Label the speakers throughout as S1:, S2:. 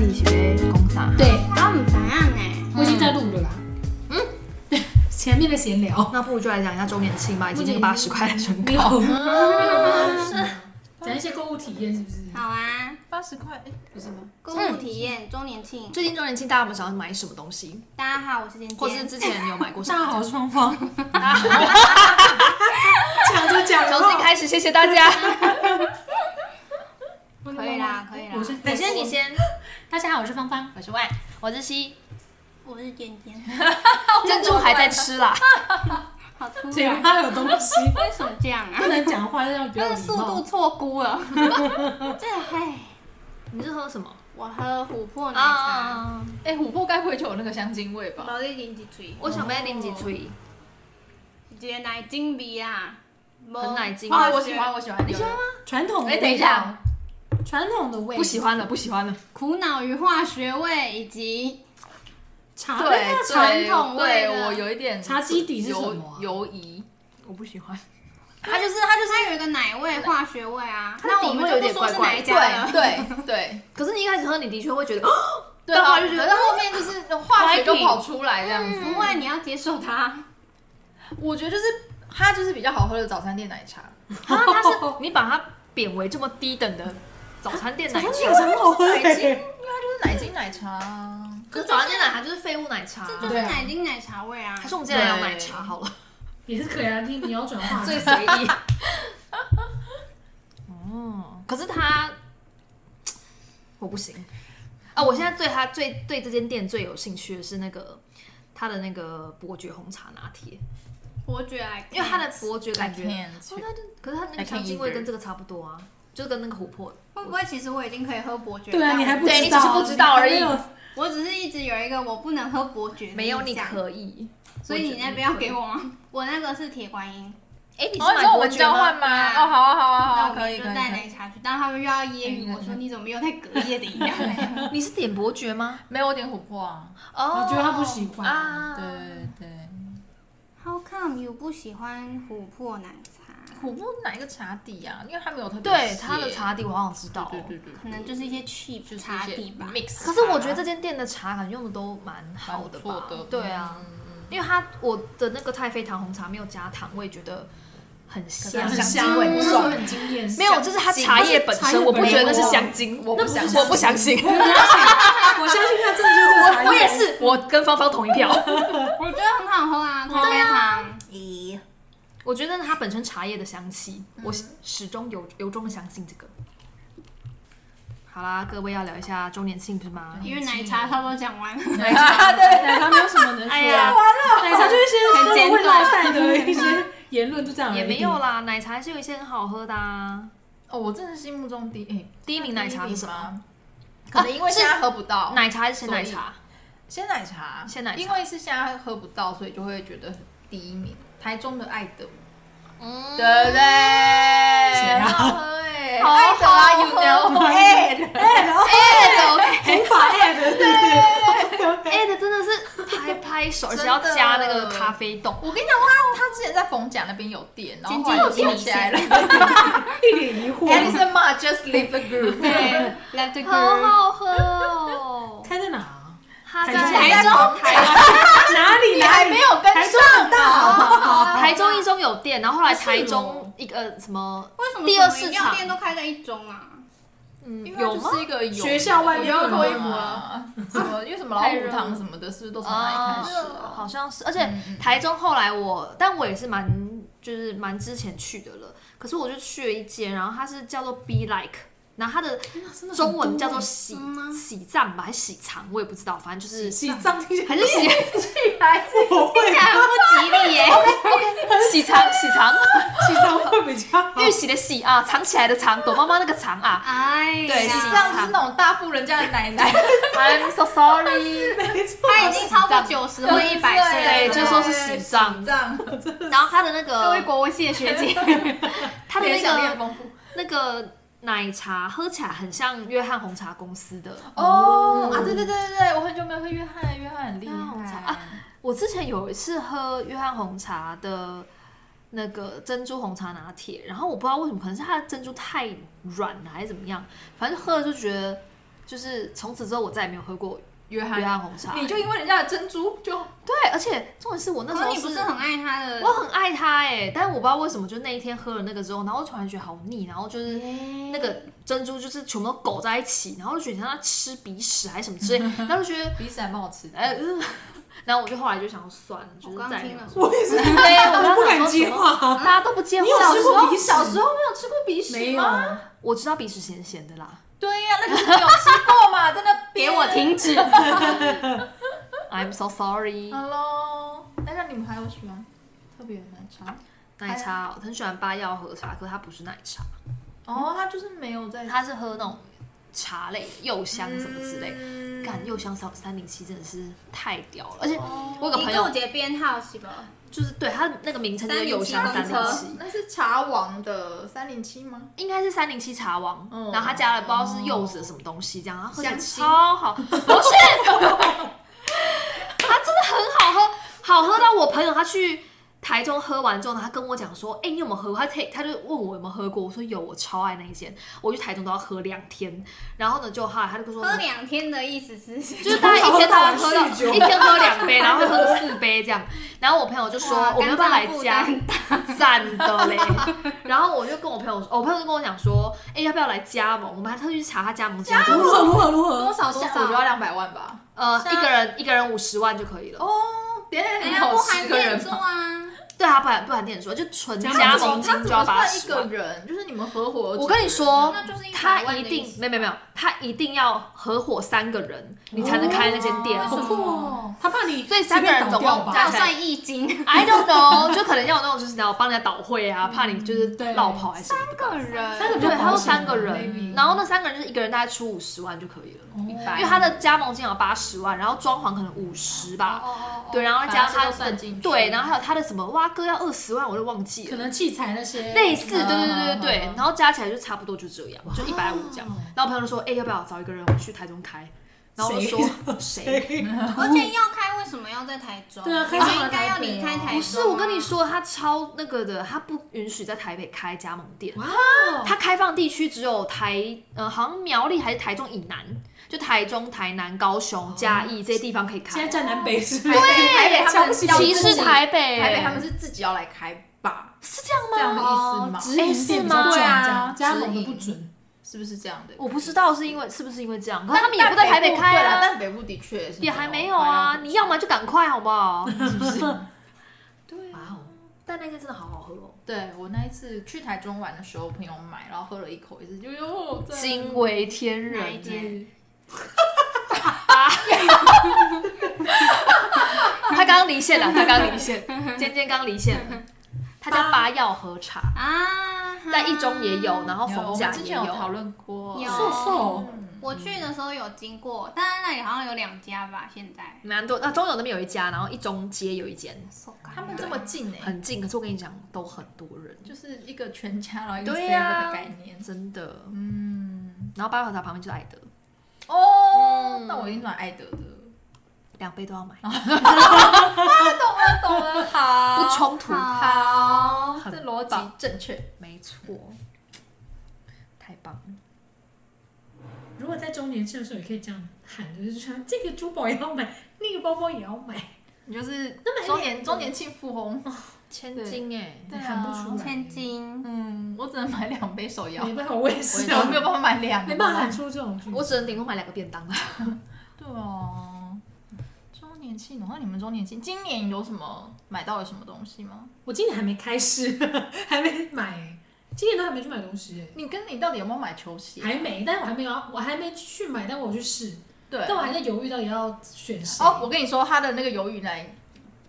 S1: 你是要讲啥？
S2: 对，
S3: 我唔知影呢，
S2: 我已经在录了啦。嗯，前面的闲聊，
S1: 那不如就来讲一下周年庆吧，以及那个八十块的唇膏。
S2: 有哦讲一些购物体验是不是？
S3: 好啊，
S4: 八十块，哎，不是吗？
S3: 购物体验周年庆。
S1: 最近周年庆，大家有没有想要买什么东西，
S3: 大家好，我是简
S1: 或者是
S3: 简。
S1: 之前有买过什
S2: 大
S1: 么？
S2: 好双 方，
S4: 抢着讲
S1: 重
S2: 啊
S1: 新开始，谢谢大 家。
S3: 可以啦，可以啦
S2: 我。是
S1: 等先，你先。
S2: 大家好，我是芳芳。
S1: 我是万，我是西，
S3: 我是简简，
S1: 珍珠还在吃 啦。
S3: 好突
S2: 嘴
S3: 然，
S2: 巴有东西，
S3: 为什么这样啊
S2: 不？能讲话，让别
S3: 那
S2: 人
S3: 个速度错估了， 这嗨，
S1: 你是喝什么？
S3: 我喝琥珀奶
S1: 啊
S3: 茶，
S1: 啊！
S4: 哎，琥珀该不会就有那个香精味吧？
S3: 宝丽啉一嘴，
S1: 我想要啉一嘴，
S3: 一个奶精味啊，
S1: 很
S3: 很
S1: 奶精。
S4: 啊，我喜欢，我喜欢，你喜欢吗？
S2: 传统的
S4: 哎等一下
S2: 味道，传统的味
S1: 不喜欢了，不喜欢了。
S3: 苦恼与化学味以及
S2: 茶
S4: 对
S2: 味。
S4: 对
S3: 传统味的
S4: 对我有一点
S2: 茶基底是什么啊
S4: 犹犹 疑，
S1: 我不喜欢。
S3: 它就是它就是它有一个奶味化学味啊，
S1: 它的
S3: 那我
S1: 底
S3: 们
S1: 味有
S3: 就
S1: 点
S3: 不说
S1: 怪
S3: 是
S1: 怪
S3: 哪一
S1: 的
S3: 家了
S4: 对。对对
S1: 可是你一开始喝，你的确会 觉得，啊
S4: 对，
S1: 但后来就觉得
S4: 可是后面就是那种化学就跑出来这样子。
S3: 不会，你要接受它。
S4: 嗯我觉得就是它就是比较好喝的早餐店奶茶，
S1: 啊，它是你把它贬为这么低等的早餐店奶
S2: 茶
S1: 茶。
S2: 很好喝
S4: 奶精，因
S2: 欸，
S4: 为它就是奶精奶茶啊。
S1: 可是早餐店奶茶就是废物奶茶啊。
S3: 这就是奶精奶茶味啊
S1: 还！是我们今天来聊奶茶好了，
S2: 也是可以啊。听你要转化，
S1: 最随意。 哦，可是它我不行啊！我现在对它最对这间店最有兴趣的是那个它的那个伯爵红茶拿铁，
S3: 伯爵来，
S1: 因为它的伯爵感觉，哦，
S4: 天，
S1: 它的可是它那个
S4: I can't
S1: 香精味
S4: either
S1: 跟这个差不多啊，就跟那个琥珀。
S3: 会不会其实我已经可以喝伯爵？
S2: 对啊，
S3: 但
S2: 你还不
S1: 对
S2: 知
S1: 你只是
S2: 道，
S1: 不知道而已
S2: 你还没有
S3: 我只是一直有一个我不能喝伯爵的
S1: 没有你
S3: 印象，
S1: 可以，
S3: 所以你那边要给我吗？ 我那个是铁观音，
S1: 哎，你是
S4: 哦，你
S1: 买
S4: 说我
S1: 伯
S4: 们
S1: 爵
S4: 交换
S1: 吗？
S4: 吗？
S3: 对啊
S4: 哦，好啊，好啊，好
S3: 那
S4: 啊，
S3: 我
S4: 可以，
S3: 们就
S4: 可以。可
S3: 带
S4: 以
S3: 奶茶去，但他们又要揶揄我说你怎么又带隔夜的饮料 来喝？
S1: 你是点伯爵吗？
S4: 没有，我点琥珀啊。
S1: 哦
S2: 我觉得他不喜欢
S1: 啊。
S4: 对对，
S3: How come you 不喜欢琥珀奶茶？
S4: 琥珀哪一个茶底啊？因为它没有特别
S1: 对，
S4: 写
S1: 它的，茶底我好想知道哦。
S4: 对对对，
S3: 可能就是一些 cheap
S4: 就是
S3: 茶底吧。
S4: mix。
S1: 可是我觉得这间店的茶感用的都蛮好的吧？
S4: 的，
S1: 对啊，
S4: 嗯，嗯
S1: 因为它我的那个太妃糖红茶没有加糖，我也觉得很香，
S4: 可是它
S2: 香
S1: 精
S2: 味
S1: 味
S2: 不
S1: 很
S2: 是
S1: 重。
S2: 很惊艳，
S1: 没有，就是它茶叶本
S2: 茶叶
S1: 身，我不觉得那是香
S4: 嗯
S1: 精，
S4: 我不相信，
S1: 我不相信。
S2: 我相信他真的就是这个茶叶
S1: 我也，是，我跟芳芳同一票。
S3: 我觉得很好喝啊，咖啡糖。
S4: 咦，
S1: 我觉得它本身茶叶的香气，我始终由由衷的相信这个。好啦，各位要聊一下周年庆是吗？
S3: 因为奶茶差不多讲完，很
S2: 奶茶对奶茶没有什么能说，
S1: 哎呀
S2: 完了，奶茶就是一些会落赛的一些言论，就这样而已
S1: 也没有啦，奶茶还是有一些很好喝的啊。
S4: 哦，我真的心目中第哎一，
S1: 第一名奶茶是什么？啊
S4: 么？可能因为现在喝不到
S1: 奶茶还是鲜奶茶？
S4: 鲜奶茶，
S1: 鲜奶茶
S4: 因为是现在喝不到，所以就会觉得第一名台中的爱德，
S1: 嗯，
S4: 对不对？
S2: 啊
S4: 很好喝哎，
S1: 好
S4: 爱德啊
S1: 好
S4: ，you know
S2: 喝
S4: it，
S2: 哎，然后
S4: it，
S2: 无法 a 的，对对对，
S1: 哎，的真的是拍拍手，而且
S4: 真的
S1: 要加那个咖啡冻。
S4: 我跟你讲，哦他他之前在逢甲那边有店，然后后来就收起来了。
S2: 一脸疑惑。
S4: Alison Ma just leave the group。
S3: 对，Left the
S1: 好
S3: girl。
S1: 好喝哦！
S2: 开在哪啊？
S1: 它在
S2: 台
S1: 台
S2: 中
S1: 中台
S2: 哪里？
S4: 你
S2: 哪
S4: 还
S2: 里
S4: 没？有跟
S2: 台中
S4: 上
S2: 很大，
S1: 哦
S2: 好不好？
S1: 台中一中有店，然后后来台
S2: 是
S1: 中
S2: 哦
S1: 一个呃什么
S3: 为什么
S1: 第二
S3: 什
S1: 市
S3: 么饮料
S1: 场
S3: 店都开在一中啊？
S1: 嗯
S4: 因为
S1: 有
S4: 它
S1: 吗
S4: 就？是一个有
S2: 学校外面
S4: 不要
S2: 不
S4: 脱
S2: 能
S4: 衣服啊，什 么因为什么老
S1: 太热
S4: 虎
S1: 了
S4: 堂什么的，是不是都从那里开始啊？
S1: 好像是，而且台中后来我，但我也是蛮就是蛮之前去的了。可是我就去了一间，然后它是叫做 Be Like，然后它的中文叫做喜
S3: 嗯
S1: 喜站吧，还是喜藏，我也不知道，反正就是
S2: 洗脏听起来
S1: 还是喜
S2: 我会
S3: 看不吉 利耶！
S1: 喜藏喜藏，
S2: 洗脏会比较好。
S1: 玉玺的玺啊，藏起来的藏，躲猫猫那个藏啊。
S3: 哎呀，
S1: 对
S4: 这
S1: 是
S4: 样是那种大富人家的奶奶，
S1: I'm so sorry。
S2: 没错，
S3: 他已经超过九十或一百岁
S1: 对
S3: 了，
S1: 就说是喜藏
S4: 喜藏，
S1: 然后它的那
S3: 各位
S1: 个
S3: 国文系的学姐，
S1: 它的
S4: 联
S1: 那
S4: 想力很
S1: 个
S4: 丰富
S1: 那个奶茶喝起来很像约翰红茶公司的。
S4: 哦啊！对对对对对，我很久没有喝约翰，约翰很厉
S1: 约翰红茶
S4: 害
S1: 啊。我之前有一次喝约翰红茶的那个珍珠红茶拿铁，然后我不知道为什么，可能是它的珍珠太软了还是怎么样，反正喝了就觉得就是从此之后我再也没有喝过
S4: 约
S1: 约
S4: 翰，
S1: 翰红茶、
S4: 你就因为人家的珍珠就
S1: 对，而且重点是 我那
S3: 可
S1: 时候
S3: 是你不是很爱他的
S1: 我，很爱它哎、但我不知道为什么，就那一天喝了那个之后，然后突然觉得好腻，然后就是那个珍珠就是全部都狗在一起，然后就觉得像在吃鼻屎还是什么 之类，然后就觉得
S4: 鼻屎还蛮好吃的。
S1: 哎、呃 然后我就后来就想算了，就是
S3: 我刚
S1: 再也没
S3: 听
S1: 有
S3: 了
S1: 喝。
S2: 我也是，
S1: 对，我刚
S2: 我不
S1: 想
S2: 敢
S1: 说
S2: 接
S1: 什么
S2: 话。
S1: 大家都不接话。
S2: 你有
S1: 小
S2: 吃
S1: 时候
S2: 过鼻屎？
S4: 小时候没有啊吃过鼻屎
S2: 没有
S4: 吗？
S1: 我知道鼻屎咸咸的啦。
S4: 对呀、那就是没有吃过 嘛，真的
S3: 给我停止。
S1: I'm so sorry。
S3: 嗯
S4: Hello，那让你们还有喜欢特别的奶茶？
S1: 奶茶，我很喜欢八药和茶，可是它不是奶茶，
S4: 哦，它就是没有在
S1: 它是喝那种茶类，柚香什么之类。
S3: 嗯
S4: 类
S1: 干柚香三三零七真的是太屌了，而且我有个
S3: 你
S1: 朋
S3: 跟我
S1: 友
S3: 姐编号是吧？
S1: 就是对它那个名称就是柚香三零七，
S4: 那是茶王的三零七吗？
S1: 应该是三零七茶王，
S4: 嗯
S1: 然后他加了不知道是柚子什么东西，这样，然后喝起来
S4: 香精
S1: 超好，不是，它真的很好喝，好喝到我朋友他去台中喝完之后呢，他跟我讲说，哎、你有没有喝过？他他他就问我有没有喝过，我说有，我超爱那一间，我去台中都要喝两天，然后呢就后来他就跟我说
S3: 喝。两天的意思是，
S1: 就是大概一天大概喝到
S2: 从小喝到酗酒
S1: 一天喝两杯，然后会喝四杯这样。然后我朋友就说：“
S3: 哇
S1: 我们要不要来
S3: 肝脏
S1: 家
S3: 负担？
S1: 赞的嘞。然后我就跟我朋友说，我朋友就跟我讲说，哎、要不要来加盟？我们还特意去查他加盟金额
S2: 如
S1: 多少，
S2: 何如何如何？
S4: 多少下？我觉得要两百万吧。
S1: 呃，
S4: 像
S1: 一个人一个人五十万就可以了。
S4: 哦，别人
S1: 哎
S3: 人哎家不含店租啊，
S1: 对啊，不然不含店说，就纯加
S4: 加
S1: 盟
S4: 盟
S1: 金
S4: 金
S1: 就
S4: 就
S1: 要
S4: 要
S1: 八
S4: 算一
S1: 十
S4: 个
S1: 万。
S4: 人，就是你们合伙。
S1: 我跟你，说，
S3: 那就是100
S1: 哦他
S3: 万
S1: 一
S3: 的意
S1: 定
S3: 思
S1: 没有没有没有，他一定要合伙三个人，你才能开那间店。
S2: 好酷哦！他怕你
S1: 所以三个人
S2: 随便倒
S1: 总共
S2: 掉吧
S1: 加
S3: 那
S1: 起
S3: 我
S1: 来
S3: 哦算易经。
S1: I don't know，就可能要有那种就是你要帮人家倒会啊，怕你就是
S2: 对
S1: 落跑还是什么的
S3: 三个人，
S2: 三个人
S1: 对，他说
S2: 保险
S1: 三个人，
S2: maybe
S1: 然后那三个人就是一个人大概出五十万就可以了。
S4: 明白
S1: 因为他的加盟金额八十万，然后装潢可能五十吧，
S4: 哦
S1: 对，然后加
S4: 把这
S1: 他
S4: 都
S1: 的
S4: 算进去
S1: 对，然后还有他的什么蛙哥要二十万，我就忘记
S2: 可
S1: 了，
S2: 能器材那些
S1: 类似，对
S4: 嗯
S1: 对对对对，
S4: 嗯嗯嗯
S1: 然后加起来就差不多就这样，就一百五这样。然后我朋友就说，哎、要不要找一个人我们去台中开？然后我就说谁？
S3: 而且要开为什么要在台中？
S2: 对啊开
S3: 你
S2: 什
S3: 们
S2: 么
S3: 应该要
S2: 台北
S3: 离开
S2: 哦
S3: 台中啊。
S1: 不是，我跟你说，他超那个的，他不允许在台北开加盟店。
S2: 哇
S1: 他开放地区只有台，呃，好像苗栗还是台中以南，就台中、台南、高雄、嘉
S4: 哦
S1: 义这些地方可以
S2: 现在
S1: 开。
S2: 站南北是
S4: 对台北他们要
S1: 歧
S4: 自
S1: 视
S4: 己
S1: 台北，
S4: 台北他们是自己要来开吧？
S1: 是这样
S4: 这样的
S1: 吗？
S4: 意思吗？
S2: 直营店比较
S1: 哎是吗
S2: 准，这
S4: 对啊
S2: 样加盟的不
S4: 直
S2: 准。
S4: 是不是这样的？
S1: 我不知道是因为是不是因为这样，可是他们也不在台北开
S4: 对啦
S1: 啊，
S4: 但北部的确是
S1: 也还没有啊。你要么就赶快好不好？
S4: 是不是？对
S1: 哇哦，但那间真的好好喝哦，
S4: 对我那一次去台中玩的时候，我朋友买，然后喝了一口，也是就哟，真的
S1: 惊为天
S3: 哪一
S1: 人
S3: 间
S1: 欸。他刚离线了，他刚离线，尖尖刚离线了。 他叫八药和茶，
S3: 啊，
S1: 在一中也有，然后
S4: 有
S1: 逢
S4: 我
S1: 甲
S4: 们之
S1: 也
S4: 前有讨论过，
S3: 有
S2: 瘦瘦
S4: 嗯
S3: 我去的时候有经过，但那里好像有两家吧，现在。
S1: 蛮多。呃那中友那边有一家，然后一中街有一间，
S4: 他们这么近哎，
S1: 很近。可是我跟你讲，都很多人，
S4: 就是一个全家，然后一个
S1: 对
S4: seven
S1: 呀
S4: 的概念，
S1: 真的。
S4: 嗯，
S1: 然后八药和茶旁边就是爱德，
S4: 哦，那我一定转爱德的，
S1: 两杯都要买，
S4: 懂了懂了，哦好，
S1: 不冲突，
S4: 好，
S1: 很
S4: 这逻辑
S1: 棒
S4: 正确，
S1: 没错，太棒了。
S2: 如果在周年庆的时候，也可以这样喊，就是说这个珠宝也要买， 那个包包也要买，
S4: 你就是
S2: 那买
S4: 周
S2: 两
S4: 年
S2: 个
S4: 周年庆复红，
S1: 千
S4: 对
S1: 金哎，
S4: 对啊
S2: 喊不出来。
S3: 千金，
S4: 嗯，我只能买两杯 手摇，
S2: 没办法，我也
S4: 我
S2: 是，啊
S4: 也没有办法买两 个，
S2: 没办法喊出这种句。
S1: 我只能顶多买两个便当啊了。
S4: 对哦，周年庆的话，你们周年庆今年有什么买到了什么东西吗？
S2: 我今年还没开始， 还没买，今年都还没去买东西，
S4: 你跟你到底有没有买球鞋？
S2: 还没，但我还没有，我还没去买，但我有去试，
S4: 对
S2: 但我还在犹豫到底要选谁。
S4: 哦，我跟你说，他的那个鱿鱼奶，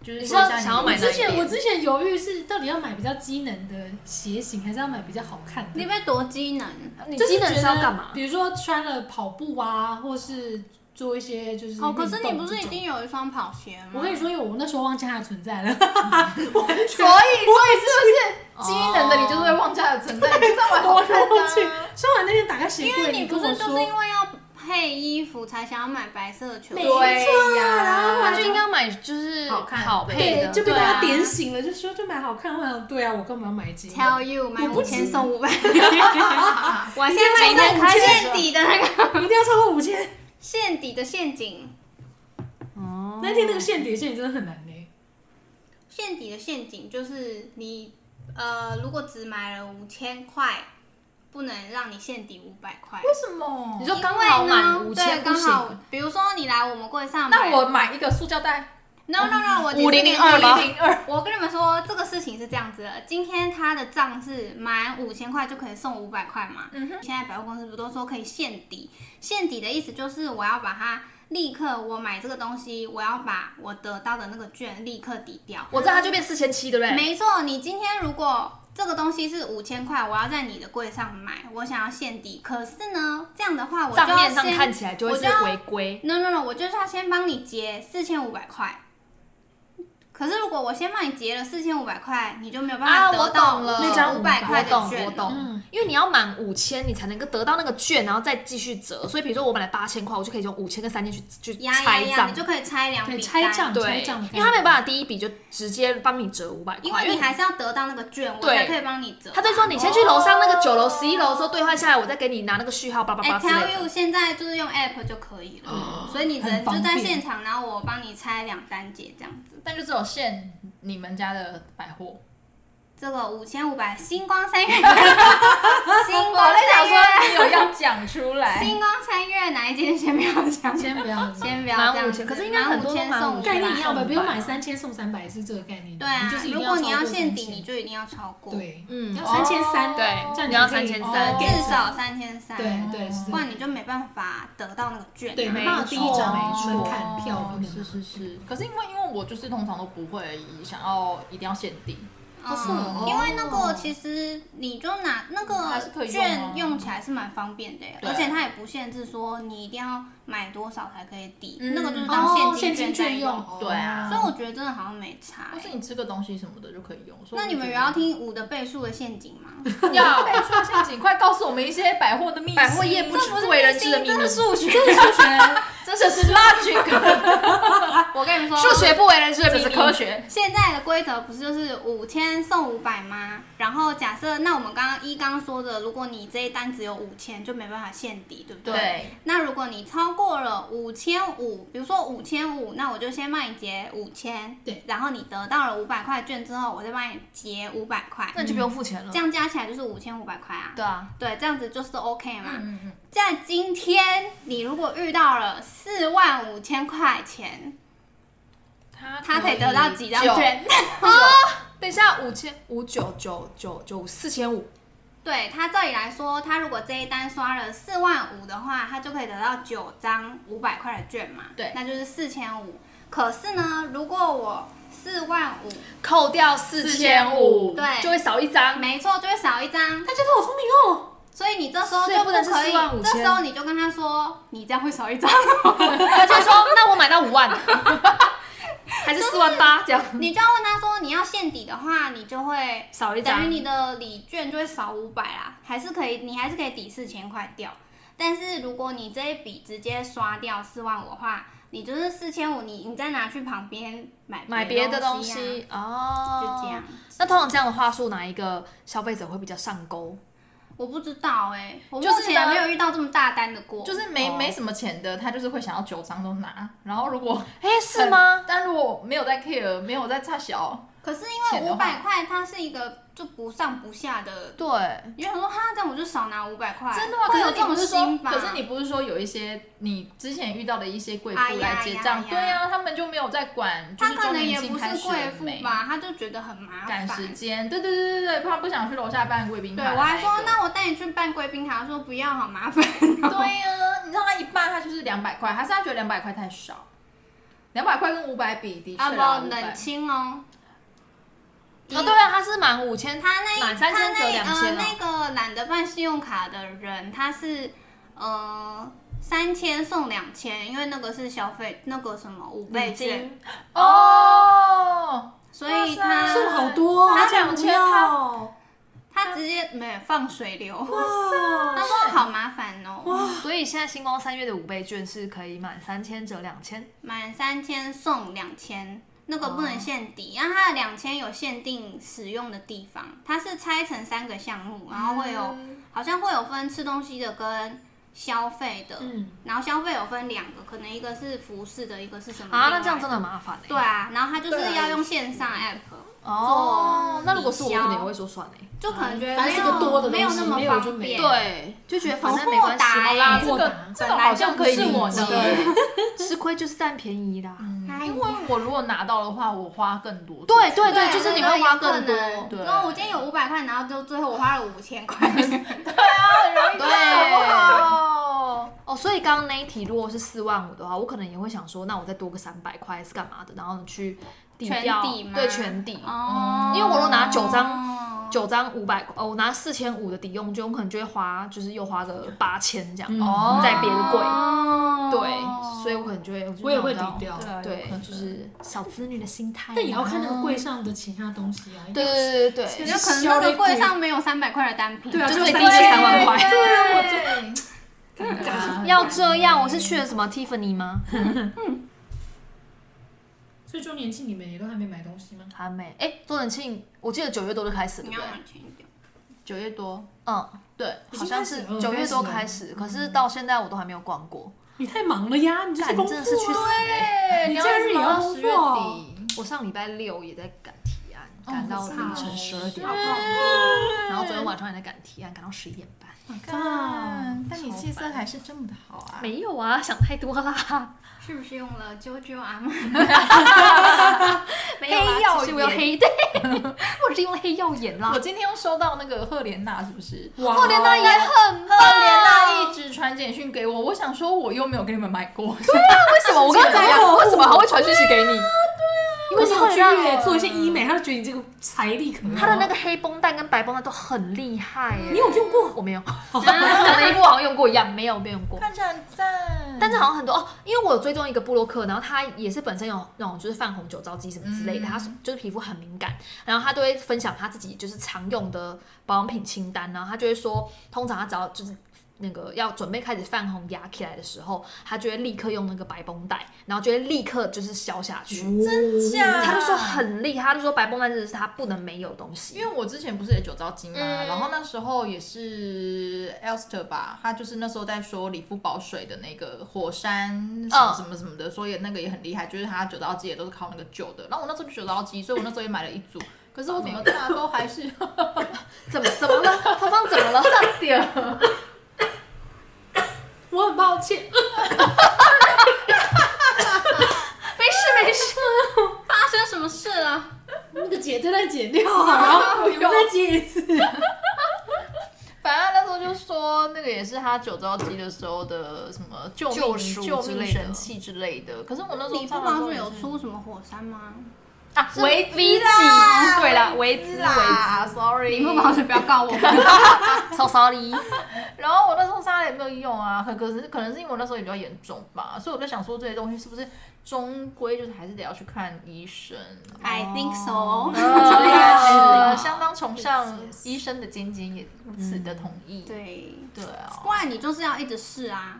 S4: 就是
S1: 你
S4: 说一下
S1: 是要
S4: 你
S1: 想要买
S2: 我
S1: 哪
S2: 之
S1: 一
S2: 前
S1: 边
S2: 我之前犹豫是到底要买比较机能的鞋型，还是要买比较好看
S3: 你
S2: 的。
S3: 被多机能，
S1: 啊你
S2: 就是
S1: 机能是要
S2: 觉得
S1: 干嘛？
S2: 比如说穿了跑步啊，或是做一些就是
S3: 哦，可是
S2: 运动
S3: 你不是
S2: 这
S3: 已
S2: 种
S3: 经有一双跑鞋吗？
S2: 我跟你，说，因为我那时候忘记它的存在了，
S4: 所以所以是不是机能的你就是会忘记它的存在，你就在玩好看
S2: 我忘记
S4: 的啊。
S2: 说完那天打开鞋
S3: 因
S2: 柜，
S3: 为你不
S2: 跟
S3: 是
S2: 我
S3: 就是
S2: 说
S3: 因为要配衣服才想要买白色球
S2: 没
S3: 鞋，
S2: 错啊
S4: 呀
S2: 然后
S1: 他就应该买就是
S4: 好看
S1: 好配
S2: 对，
S1: 的，
S2: 就被
S1: 对
S2: 大家
S1: 啊。
S2: 点醒了，就说就买好看。我想，对啊，我干嘛要买 几个？
S3: Tell you 买
S2: 我不
S3: 五
S2: 急
S3: 千送五百，
S1: 完
S3: 现在
S1: 今天
S3: 卖
S1: 开
S3: 是
S1: 始
S3: 现底的那个
S2: 一定要超过五千。
S3: 现底的陷阱，
S1: 哦，
S2: 那天那个现碟现真的很难嘞。
S3: 现底的陷阱就是你呃，如果只买了五千块，不能让你现底五百块。
S4: 为什么？
S1: 你
S3: 因
S1: 说
S3: 为
S1: 刚好满
S3: 呢
S1: 五
S3: 对，
S1: 千不
S3: 刚好
S1: 行，，
S3: 比如说你来我们柜上买，
S4: 那我买一个塑胶袋，
S3: no no no，我解释给你
S1: 502吗
S4: 零零二，
S3: 我跟你们说，这个事情是这样子的，今天他的账是满五千块就可以送五百块嘛。
S4: 嗯
S3: 现在百货公司不都说可以现抵？现抵的意思就是我要把它立刻，我买这个东西，我要把我得到的那个券立刻抵掉。
S1: 我知道它就变四千七，对不对？
S3: 没错，你今天如果这个东西是五千块，我要在你的柜上买，我想要现抵，可是呢，这样的话我就
S1: 账
S3: 要
S1: 面上
S3: 先
S1: 看起来就会
S3: 我
S1: 是
S3: 就要
S1: 违规，
S3: no no no，我就是要先帮你结四千五百块。可是如果我先帮你结了四千五百块，你就没有办
S1: 啊
S3: 法
S1: 我
S3: 得到
S1: 懂了
S3: 那张五百块
S1: 我懂
S3: 的券。
S1: 我懂
S2: 嗯，
S1: 因为你要满五千，你才能够得到那个券，然后再继续折。所以比如说我本来八千块，我就可以用五千跟三千去去
S3: 呀呀
S1: 拆
S3: 呀，
S1: 账
S3: 你，就可以拆两笔
S2: 对，
S3: 单
S2: 拆账，拆
S1: 对，
S2: 账的概念，
S1: 因为他没有办法第一笔就直接帮你折五百块，
S3: 因为你还是要得到那个券，我
S1: 对
S3: 才可以帮你折。
S1: 他就说你先去楼上那个九楼、
S4: 哦
S1: 十一楼说兑换下来，我再给你拿那个序号叭叭
S3: 哎
S1: 叭之类
S3: ，Tell
S1: 的。哦
S3: you 现在就是用 app 就可以了，所以你只能
S2: 很方
S3: 就
S2: 便
S3: 在现场，然后我帮你拆两单结这样子。
S4: 但就只有限你们家的百货。
S3: 这个五千五百星光三月，星
S4: 我
S3: 光
S4: 在想
S3: 三月，
S4: 说，你有要讲出来。
S3: 星光三月哪一间先不要讲，
S2: 先不要。
S3: 先不要这
S1: 满
S3: 样
S1: 五
S3: 子，
S1: 千可是应该很多都
S3: 满五千
S1: 满
S3: 送
S1: 五
S3: 五
S1: 千
S2: 概念一
S3: 百
S2: 样吧，比如买三千送三百是这个概念。
S3: 对啊
S2: 就是，一定
S3: 如
S2: 要
S3: 果你
S2: 超
S3: 要
S2: 过
S3: 限定，
S2: 3000
S3: 你就一定要超过，
S2: 对，
S1: 嗯
S2: 要三千三，
S1: 对
S2: 这样
S1: 你要
S2: 可
S1: 3300
S2: 以哦
S3: 至
S2: 给成
S3: 少三千三，
S2: 对对是
S3: 不然你就没办法得到那个券。啊
S2: 对
S1: 没
S2: 没有第一张
S1: 错
S2: 门槛票不能
S4: 哦是是是。可是因为因为我就是通常都不会想要一定要限定，
S3: 嗯
S1: 是哦
S3: 因为那个其实你就拿那
S4: 还是可
S3: 个
S4: 以用啊
S3: 券用起来是蛮方便的耶，
S4: 对
S3: 而且它也不限制说你一定要买多少才可以抵，
S4: 嗯
S3: 那个就是当
S2: 哦，
S3: 现
S2: 金
S3: 金在
S2: 券
S3: 用。
S2: 用，
S4: 对啊
S3: 所以我觉得真的好像没差
S4: 或
S3: 耶。
S4: 是你吃个东西什么的就可以用。所以
S3: 哎那
S4: 我
S3: 你们
S4: 觉
S3: 有
S4: 得
S3: 要听五的倍数的陷阱吗？
S4: 要 快说陷阱，快告诉我们一些百货的秘辛。
S1: 百货业不
S4: 这
S1: 知为人知的秘密，
S3: 数学，
S4: 这只是 logic，
S3: 我跟你们说，
S1: 数学不为人知的秘
S4: 这
S1: 密
S4: 是科。学。
S3: 现在的规则不是就是五千送五百吗？然后假设那我们刚刚一刚说的，如果你这一单只有五千，就没办法限底，对不对？
S4: 对，
S3: 那如果你超过了五千五，比如说五千五，那我就先帮你结五千，
S2: 对，
S3: 然后你得到了五百块券之后，我再帮你结五百块，
S1: 那你就不用付钱了
S3: 这。样加起来就是五千五百块啊。
S1: 对啊，
S3: 嗯对，这样子就是 OK 嘛。
S4: 嗯嗯
S3: 在今天，你如果遇到了四万五千块钱，
S4: 嗯，
S3: 他可以得到几张
S4: 九
S3: 券？
S1: 等一下五千五九九九九四千五，
S3: 对他照理来说，他如果这一单刷了四万五的话，他就可以得到九张五百块的券嘛，
S4: 对
S3: 那就是四千五。可是呢，如果我四万五，
S1: 扣掉四千五，
S3: 对
S1: 就会少一 张。
S3: 没错，就会少一张。
S2: 大家都好聪明哦。
S3: 所以你这时候
S1: 所以
S3: 就
S1: 不
S3: 不
S1: 能
S3: 可以
S1: 是45,000，
S3: 这时候你就跟他说，你这样会少一张，
S1: 他就会说，那我买到五万，还是四万八这样，
S3: 你就要问他说，你要现底的话，你就会
S1: 少一
S3: 等于
S1: 张。
S3: 你的礼券就会少五百啦，还是可以，你还是可以抵四千块掉。但是如果你这一笔直接刷掉四万五的话，你就是四千五，你你再拿去旁边买
S1: 买别的
S3: 东
S1: 东
S3: 西啊、
S1: 西哦，
S3: 就这样。。
S1: 那通常这样的话术，哪一个消费者会比较上钩？
S3: 我不知道哎、我目
S4: 就是
S3: 前
S4: 呢
S3: 没有遇到这么大单的过。
S4: 就是没、
S1: 哦
S4: 没什么钱的，他就是会想要九张都拿。然后如果
S1: 哎，是吗？
S4: 但如果没有在 care，没有在差小，
S3: 可是因
S4: 钱
S3: 为
S4: 的
S3: 五
S4: 话
S3: 百块它是一个就不上不下的，
S1: 对，
S3: 有想说哈，这样我就少拿五百块，
S4: 真的吗？可
S3: 会有
S4: 是
S3: 这
S4: 你不
S3: 种
S4: 是说
S3: 心，吧？
S4: 可是你不是说有一些你之前遇到的一些贵妇
S3: 哎呀
S4: 来结账，
S3: 哎呀
S4: 对啊，他们就没有在管，就
S3: 他
S4: 是
S3: 可
S4: 周
S3: 能
S4: 年
S3: 也
S4: 庆
S3: 不是
S4: 开始
S3: 贵
S4: 了
S3: 妇
S4: 没
S3: 吧，他就觉得很麻
S4: 赶
S3: 烦。
S4: 时间，对对对对对，怕不想去楼下办贵宾哎
S3: 对，
S4: 卡的一
S3: 我
S4: 个。
S3: 还说那我带你去办贵宾卡，他说不要，好麻烦、哦。
S4: 对啊呀、你知道他一半他就是两百块，还是他觉得两百块太少？两百块跟五百比的确
S3: 啊
S4: 啦，
S3: 不，
S4: 500
S3: 冷清哦。
S1: 哦，对啊，他是满五千，
S3: 他那
S1: 满三千折两
S3: 他
S1: 千
S3: 那
S1: 哦。
S3: 呃那个懒得办信用卡的人，他是呃三千送两千，因为那个是消费那个什么五倍券，
S4: 哦，
S3: 所以
S4: 哇塞
S3: 他
S2: 送好多、哦，
S4: 他
S2: 这样
S4: 两
S2: 不
S4: 千
S2: 要。
S3: 他直接没有放水流，
S2: 哇
S3: 他
S2: 塞！
S3: 说好麻烦哦，
S1: 所以现在星光三月的五倍券是可以满三千折两千，
S3: 满三千送两千，那个不能限抵，然后它的两千有限定使用的地方，它是拆成三个项目，然
S2: 嗯
S3: 后会有、好像会有分吃东西的跟消费的，
S2: 嗯，
S3: 然后消费有分两个，可能一个是服饰的，一个是什么
S1: 啊，
S3: 另
S1: 那这样
S3: 外
S1: 真的很麻烦哎、
S3: 对啊，然后它就是
S2: 对啊
S3: 要用线上 app。
S2: 嗯
S1: 哦，那如果是我，
S3: 抵
S1: 可
S3: 消
S1: 能也会说算哎、
S3: 就可能觉得
S2: 反
S3: 没
S2: 正是
S3: 有
S2: 个多的东西
S3: 没有那么
S2: 没有就
S3: 方
S2: 没
S3: 便，
S2: 有
S1: 对，就觉得反正
S3: 很
S1: 没关系，
S3: 豁达
S1: 好
S3: 欸
S1: 啦，这
S2: 豁
S1: 个
S2: 达
S4: 这个好像可以理
S3: 本来就不是
S4: 解
S3: 我的。
S1: 吃亏就是占便宜啦。
S3: 哎呀
S4: 因为我如果拿到的话，我花更多。
S1: 对对
S3: 对，啊
S1: 就是你会花更多
S3: 有可能
S4: 对
S3: 如果我今天有五百块，然后就最后我花了五千块，
S4: 很容易
S1: 对
S4: 好
S1: 哦，所以刚刚那一题如果是四万五的话，我可能也会想说，那我再多个三百块是干嘛的？然后去抵掉，
S3: 全抵吗
S1: 对，全抵。
S3: 哦，
S1: 因为我如果拿九张九张五百块，哦，我拿四千五的抵用券，我可能就会花，就是又花个八千这样，
S2: 嗯
S4: 哦
S1: 在别的柜。
S3: 哦
S1: 对，所以我可能就会，我就
S2: 我也会
S1: 想到
S2: 抵掉
S1: 对，嗯就是小子女的心态。啊
S2: 但也要看那个柜上的其他东西啊。
S1: 对对对对对，
S3: 就可能那个柜上没有三百块的单品，
S2: 对啊，
S1: 就
S2: 只有
S1: 最低
S2: 3000
S1: 是三万块
S4: 对，
S2: 尴尬
S1: 要这样，我是去了什么 Tiffany 吗？
S2: 所以周年庆你们也都还没买东西吗？
S1: 还没。哎、周冷庆，我记得九月多就开始，对
S3: 你
S1: 不
S3: 要
S1: 对？
S3: 往前一点，
S4: 九月多，
S1: 嗯，对，
S2: 已
S1: 好
S2: 经
S1: 像
S2: 开始
S1: 是
S2: 了
S1: 九月多开
S2: 开
S1: 始，可是到现在我都还没有逛过。
S2: 你太忙了呀，你这
S1: 干，
S2: 工
S1: 真
S2: 作
S1: 的是去死
S2: 啊！
S1: 欸！
S2: 你假日也要工
S4: 十月
S2: 作，
S4: 底，
S1: 我上礼拜六也在赶提案，赶到
S2: 好
S1: 凌晨
S2: 惨
S1: 十二点
S3: 好，
S4: 嗯
S1: 然后昨天晚上也在赶提案，赶到十一点半。
S4: 干但你气色还是这么的好啊！
S1: 没有啊，想太多啦，
S3: 是不是用了啾啾阿妈？
S1: 没有啦，其实我有黑，对， 我是用黑曜岩啦
S4: 我。今天又收到那个赫莲娜，是不是？
S2: 哇
S1: 后莲娜也很棒，
S4: 赫莲娜一直传简讯给我，我想说我又没有给你们买过，
S1: 为什么我刚刚在讲，为什么还会传讯息给你？
S2: 因
S1: 可
S2: 为
S1: 是
S2: 你
S1: 我
S2: 有去
S1: 觉得
S2: 越野做一些医美，他就觉得你这个财力可能
S1: 它的那个黑绷带跟白绷带都很厉害耶。
S2: 你有用过？
S1: 我没 有，长得一副好像用过一样，没有没有用过。
S4: 看着很赞。
S1: 但是好像很多哦，因为我有追踪一个布洛克，然后他也是本身有那种就是泛红酒糟肌什么之类的，
S4: 嗯
S1: 他是就是皮肤很敏感，然后他都会分享他自己就是常用的保养品清单，然后他就会说，通常他啊只要就是。那个要准备开始泛红压起来的时候，他就会立刻用那个白绷带，然后就会立刻就是消下去。
S2: 真
S4: 假
S1: 他就说很厉害，他就说白绷带真的是他不能没有的东西。
S4: 因为我之前不是也酒糟精嘛，
S1: 嗯
S4: 然后那时候也是 Elster 吧，他就是那时候在说理肤宝水的那个火山什
S1: 嗯
S4: 么什么什么的，所以那个也很厉害，就是他酒糟肌也都是靠那个酒的。然后我那时候就酒糟肌，所以我那时候也买了一组，可是我怎么大都还 是
S1: 怎么怎么了？芳芳怎么了？上点，
S2: 我很抱歉，呃
S1: 没事没事。
S3: 发生什么事了？
S2: 那个剪正在剪掉，然 后我们再剪一次。
S4: 反正那时候就说那个也是他酒糟机的时候的什么救命
S1: 救赎
S4: 救
S1: 之
S4: 命
S1: 类的
S4: 神器之类的。可是我那时候
S3: 你不
S4: 看到
S3: 光
S4: 的时候
S3: 是
S4: 也
S3: 有出什么火山吗？
S1: 啊，维维
S4: 维
S1: 基
S4: 基啦，
S1: 对啦，维
S4: 维
S1: 兹维
S4: 啦
S1: 兹
S4: ，sorry，
S3: 你不光是不要告我们，
S1: ，so sorry。
S4: 然后我那时候杀了也没有用啊，可可是可能是因为我那时候也比较严重吧，所以我在想说这些东西是不是终归就是还是得要去看医生。
S3: I think so。
S4: 呃，相当崇尚医生的尖尖，也如此的同意。
S2: 嗯
S3: 对，
S4: 对啊，
S3: 不然你就是要一直试啊，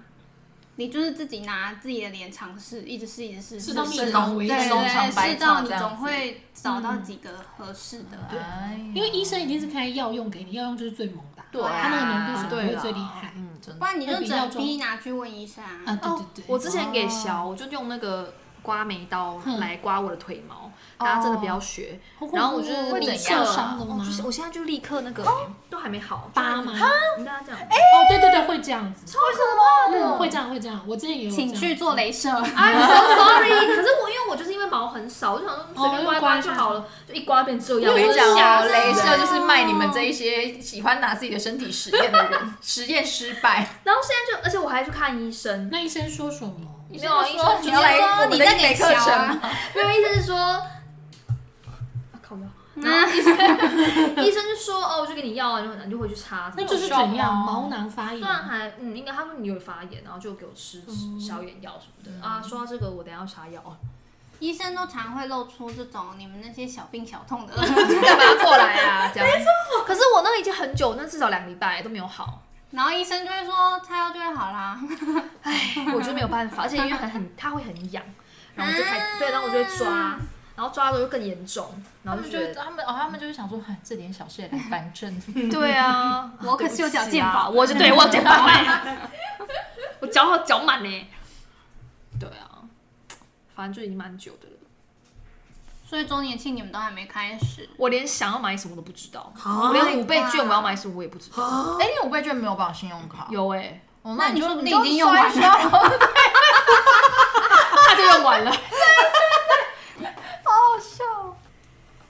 S3: 你就是自己拿自己的脸尝试，一直试，一直试，
S2: 试到
S3: 试
S2: 蜜
S3: 试
S2: 糖
S3: 到
S2: 为
S3: 对
S2: 止
S3: 对
S4: 中尝百
S3: 对，试到
S4: 草
S3: 你
S4: 这样
S3: 总会找到几个合适的。
S4: 哎呀
S2: 因为医生一定是开药用给你，药用就是最猛的啊，
S4: 对
S2: 他那个浓度什么
S4: 对
S2: 会
S4: 啦
S2: 最厉害。
S4: 嗯，真
S3: 不
S4: 的。
S3: 然你就整批拿去问医生
S2: 啊，
S3: 啊。
S2: 对对对，
S1: 哦我之前给小，我就用那个刮眉刀来刮我的腿毛，
S4: 哦
S1: 大家真的不要学。
S2: 好恐怖哦
S1: 然后我就是
S4: 会
S1: 立
S4: 怎
S1: 刻，
S4: 样
S2: 伤了吗
S1: 哦就是我现在就立刻那个都还没好，
S2: 疤吗？
S1: 跟大家讲，
S2: 哦，对对对，会这样子，
S4: 为什
S2: 嗯会这样会这样。我之前也有这
S3: 请
S2: 样，
S3: 去做镭射，
S1: I'm so sorry，可是我因为我就是因为毛很少，我就想说随便刮一刮就好了，就一刮变这样。
S4: 我跟
S1: 我就
S4: 你讲
S1: 吓
S4: 哦，
S1: 死
S4: 镭
S1: 人
S4: 射就是卖你们这一些喜欢拿自己的身体实验的人，实验失败。
S1: 然后现在就，而且我还去看医生，
S2: 那医生说什么？
S1: 没有啊医
S4: 说
S1: 生
S4: 你
S1: 就
S4: 要来我
S3: 说
S4: 们
S3: 你
S4: 的
S3: 在
S4: 医美
S3: 给
S4: 课
S3: 小
S4: 程吗
S3: 啊，
S1: 没有医生是说，啊靠腰。
S3: 那
S1: 医生就说哦，我就给你药啊，然后你就回去擦。
S2: 那就是
S1: 虽
S2: 怎样
S4: 哦
S2: 毛囊发炎，
S1: 然还嗯，应该嗯啊他说你有发炎，然后就给我吃消炎药什么的、啊。说到这个，我等一下要擦药。
S3: 医生都常会露出这种你们那些小病小痛的，
S4: 干嘛过来啊？这样没错，
S1: 可是我那个已经很久，那至少两个礼拜都没有 好，
S3: 然后医生就会说擦药就会好啦。
S1: 我就没有办法，而且因为很很，它会很痒，然后我就开、
S3: 啊
S1: 对，然后我就会抓，然后抓了就更严重，然
S4: 他
S1: 后
S4: 们
S1: 就
S4: 就
S1: 觉得
S4: 他们哦，他们就是想说，哎，这点小事也来反 正。
S1: 对 啊，
S3: 我可是有缴健保
S1: 对不起啊我就对我有健保哎，我缴好缴满呢。对啊，反正就已经蛮久的了，
S3: 所以周年庆你们都还没开始，
S1: 我连想要买什么都不知道，
S2: 啊
S1: 我连五倍券我要买什么我也不知道。
S4: 哎，你五倍券没有绑信用卡？
S1: 有哎、
S4: 哦，
S3: 那
S4: 那
S3: 你
S4: 就
S3: 说不定
S4: 就
S3: 已经用完了
S4: 刷 一刷然后
S1: 他就用完了。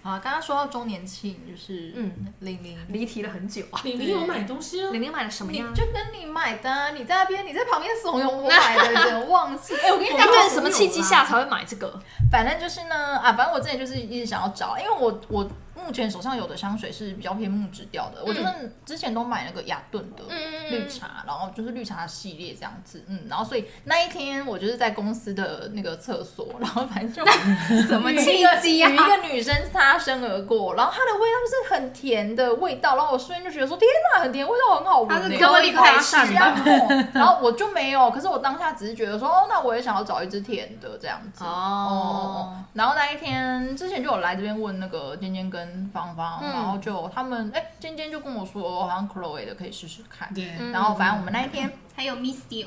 S4: 啊，刚刚说到周年庆，就是
S1: 嗯
S4: 嗯，零零，
S1: 离题了很久啊。
S2: 李玲有买东西啊，
S1: 玲玲买了什么
S4: 你
S1: 呀？
S4: 就跟你买的啊，你在那边，你在旁边怂恿我买 的，有点忘记。哎，我跟你
S1: 大
S4: 讲，
S1: 概什么契机下才会买这个？
S4: 反正就是呢，啊，反正我之前就是一直想要找，因为我我目前手上有的香水是比较偏木质调的，我就是之前都买那个雅顿的
S1: 嗯
S4: 绿茶，然后就是绿茶系列这样子，嗯，然后所以那一天我就是在公司的那个厕所，然后反正就什么
S3: 契机啊
S4: 与一个女生擦身而过，然后它的味道是很甜的味道，然后我瞬间就觉得说天哪，很甜，味道很好闻、欸，
S3: 它是
S1: 高丽快闪
S4: 是
S1: 吧
S4: 啊哦然后我就没有，可是我当下只是觉得说，哦，那我也想要找一支甜的这样子。
S1: 哦
S4: 哦，然后那一天之前就有来这边问那个尖尖跟芳芳，
S1: 嗯
S4: 然后就他们哎，尖尖就跟我说，好像 Chloe 的可以试试看。
S2: 对，
S4: 然后反正我们那一天，
S3: 还有 Miss Dior，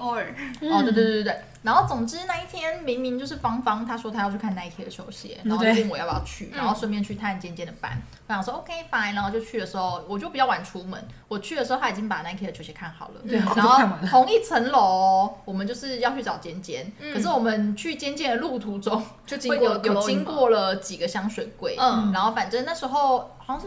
S4: 哦对对对
S2: 嗯
S4: 对对，然后总之那一天明明就是芳芳她说她要去看 Nike 的球鞋，然后就
S2: 嗯对
S4: 问我要不要去，然后顺便去探尖尖的班。我想说 OK fine，然后就去的时候我就比较晚出门，我去的时候他已经把 Nike 的球鞋看好了，
S2: 对
S4: 然
S2: 我都看
S4: 后
S2: 完了
S4: 同一层楼哦我们就是要去找尖尖，
S2: 嗯
S4: 可是我们去尖尖的路途中
S1: 就
S4: 会有有经，过了几个香水柜，
S1: 嗯
S4: 然后反正那时候好像是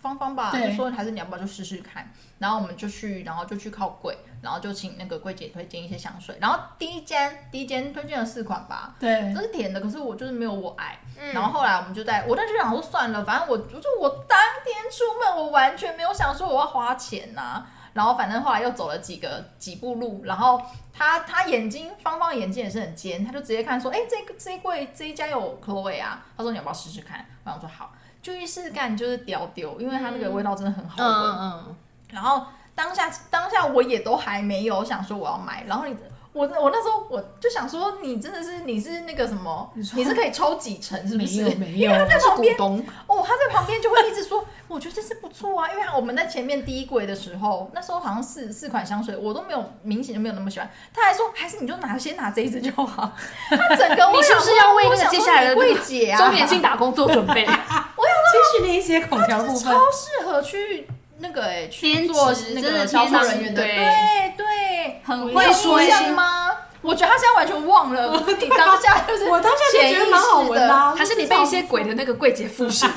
S4: 芳芳吧，
S2: 对
S4: 就说还是你要不要就试试看，然后我们就去，然后就去靠柜，然后就请那个柜姐推荐一些香水，然后第一间第一间推荐了四款吧，
S2: 对
S4: 都，是甜的，可是我就是没有我爱。
S1: 嗯
S4: 然后后来我们就在，我那就想说算了，反正我我就我当天出门，我完全没有想说我要花钱呐、然后反正后来又走了几个几步路，然后他他眼睛芳芳的眼睛也是很尖，他就直接看说，哎、这个这一柜这一家有 Chloe 啊，他说你要不要试试看？然后我说好，就一试干就是屌丢，因为它那个味道真的很好闻。
S1: 嗯嗯
S4: 然后当下当下我也都还没有想说我要买，然后你我我那时候我就想说你真的是你是那个什么，
S2: 你说
S4: 你是可以抽几成是不
S2: 没
S4: 是？
S2: 有没有，
S4: 在旁边
S1: 东
S4: 哦，他在旁边就会一直说，我觉得这是不错啊，因为我们在前面第一柜的时候，那时候好像四四款香水，我都没有明显就没有那么喜欢。他还说，还是你就拿先拿这一支就好。他整个我
S1: 你是不是要为那个接下来的
S4: 柜姐啊，
S1: 周年庆打工做准备。
S2: 继续那一些口条部分
S4: 超，适合去那个哎、去
S3: 兼
S4: 做
S3: 职
S4: 那
S3: 真
S4: 个
S3: 的
S4: 销售
S3: 兼职
S4: 人员的，
S1: 对
S4: 对对，
S3: 很
S4: 你
S3: 会
S4: 有
S3: 说
S4: 印
S3: 一
S4: 象
S3: 些。
S4: 吗？我觉得他现在完全忘了，你当下就是
S2: 我当下就觉得蛮好闻
S4: 的啊。
S2: 啊，
S1: 还是你被一些鬼的那个柜姐附身？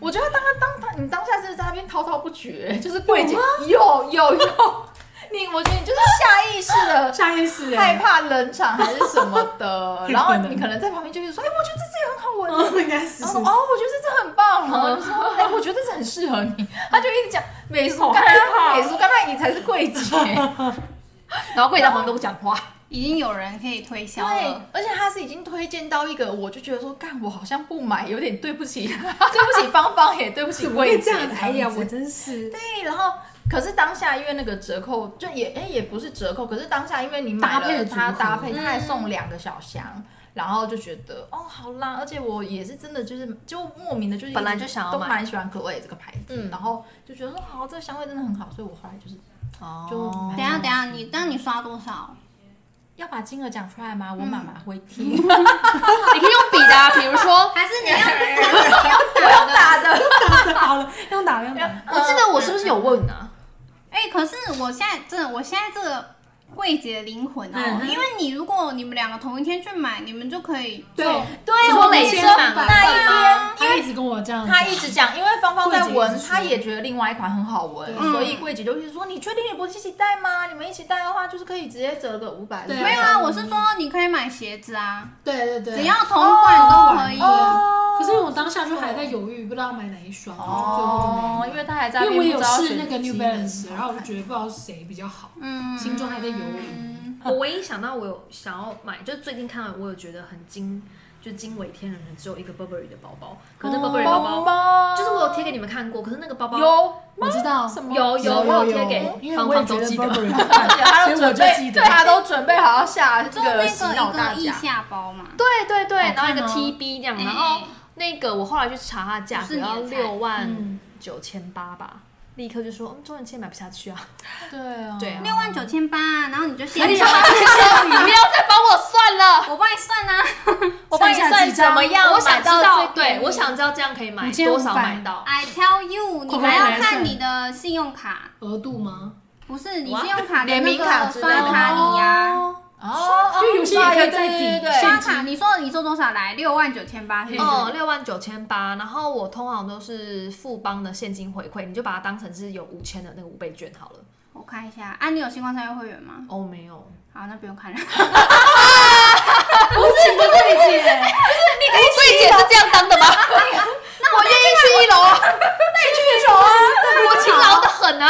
S4: 我觉得当当当你当下是在那边滔滔不绝，就是柜姐有有有，你我觉得你就是下意识的
S2: 下意识
S4: 害
S2: 哎，
S4: 怕冷场还是什么的，
S2: 有
S4: 然后
S2: 可能
S4: 你可能在旁边就是说，哎，我觉得这 支也很好闻，
S2: 嗯应该是
S4: 然后说哦，我觉得这支很棒，然后就说哎，我觉得这很适合 你，他就一直讲美术干他，美术干他你才是柜姐，
S1: 然后柜姐在旁边都不讲话。
S3: 已经有人可以推销
S4: 对
S3: 了，，
S4: 而且他是已经推荐到一个，我就觉得说，干我好像不买有点对不起， 对不起芳芳也对不起
S2: 会
S4: 柜
S2: 这
S4: 姐，
S2: 样子，哎呀，
S4: 这样子
S2: 我真是，
S4: 对，然后可是当下因为那个折扣就也哎、也不是折扣，可是当下因为你买
S2: 搭配的
S4: 了
S2: 组合
S4: 它搭配，它还送两个小箱。然后就觉得哦，好啦，而且我也是真的就是就莫名的，就是
S1: 本来就想要
S4: 都
S1: 买
S4: 蛮喜欢可味这个牌子，
S1: 嗯
S4: 然后就觉得说好，这个香味真的很好，所以我后来就是
S1: 哦
S3: 等一下等一下，你那你刷多少？
S4: 要把金额讲出来吗？我妈妈会听，
S1: 你可以用笔的、啊，比如说，
S3: 还是你要你要
S4: 不 用打的，
S2: 好了，用打了用打
S4: 嗯
S2: 了，
S1: 我记得我是不是有问啊？
S3: 哎、可是我现在真的，我现在这个柜姐的灵魂哦、
S2: 嗯哼
S3: 因为你如果你们两个同一天去买，你们就可以
S2: 对
S3: 中
S4: 对
S1: 你说
S4: 我跟
S1: 累
S4: 你
S1: 积
S4: 说
S1: 满了
S4: 那一天
S2: 他一直跟我这样，
S4: 嗯他一直讲，因为芳芳在
S2: 柜姐
S4: 闻
S2: 一直，说
S4: 她也觉得另外一款很好闻，
S2: 嗯
S4: 所以柜姐就一直说：“你确定你不一起带吗？你们一起带的话，就是可以直接折个五百。”
S2: 对
S3: 没有啊，我是说你可以买鞋子啊，
S2: 对对对，
S3: 只要同款都可以。
S4: 哦，
S2: 可是我当下就还在犹豫，不知道买哪一双，最后
S4: 哦，
S2: 就
S4: 因
S2: 没买。
S4: 为她还在，
S2: 因为我有试
S4: 是
S2: 那个 New Balance，然后我就觉得不知道谁比较好，
S3: 嗯，
S2: 心中还在犹豫。
S1: 我唯一想到我有想要买，就是最近看到我有觉得很惊，就惊为天人的只有一个 Burberry 的包包，可是那 Burberry 包包、
S4: 包
S1: 就是我有贴给你们看过，可是那个包包
S4: 有
S5: 我知道，
S4: 什么
S1: 有有
S5: 有
S1: 我贴给
S5: 因为
S1: 芳
S5: 我也
S1: 芳
S5: 觉
S1: 都
S5: 得
S1: 记得，
S5: Burberry
S4: 而且他
S5: 所以
S4: 都
S5: 我
S4: 准
S5: 就记
S4: 备，
S5: 得
S4: 对，他都准备好要下这
S3: 就那
S4: 个洗脑
S3: 个
S4: 大嗯
S3: 一个腋
S4: 家。
S3: 下包嘛，
S1: 对对对，
S2: 好看
S1: 然后一个
S2: 哦
S1: TB 这样，
S3: 哎
S1: 然后那个我后来去查它的价
S3: 不
S1: 格
S3: 是你的
S1: 要
S3: 菜
S1: 六万
S2: 嗯
S1: 九千八吧，立刻就说嗯，中文现在买不下去啊，
S4: 对啊，
S1: 对啊，
S3: 六万九千八，然后你就先
S1: 你
S3: 留
S1: 说 你不要再帮我算 了，
S3: 我帮你算 啊，
S1: 我帮你
S5: 算
S1: 算
S5: 一下
S1: 怎么样，
S5: 我
S1: 我
S5: 想
S1: 想
S5: 知
S1: 知
S5: 道
S1: 道，
S5: 最
S1: 对
S5: 便宜
S1: 我想知道这样可以买
S5: 5500
S1: 多少买到。
S3: I tell you，你
S5: 快快
S3: 还要
S5: 来算
S3: 看你的信用卡，
S5: 额度吗？
S3: 不是你啊
S1: 哇
S3: 信用卡的
S4: 联
S3: 那
S4: 名卡
S3: 个
S4: 之
S3: 刷
S4: 类的
S3: 卡里呀，
S4: 哦，
S5: 就有些也可以再抵
S4: 对
S3: 刷
S4: 对
S3: 卡，你说你说多少来？六万九千八是不是？
S4: 嗯
S1: 哦，六万九千八，然后我通常都是富邦的现金回馈，你就把它当成是有五千的那个五倍券好了。
S3: 我看一下，啊，你有星光三月会员吗？
S1: 哦，没有，
S3: 好，那不用 看了。
S5: 我请不对姐，
S1: 所以姐是这样 当的吗？
S4: 我愿意去一楼 啊，
S1: 啊我勤劳的很啊。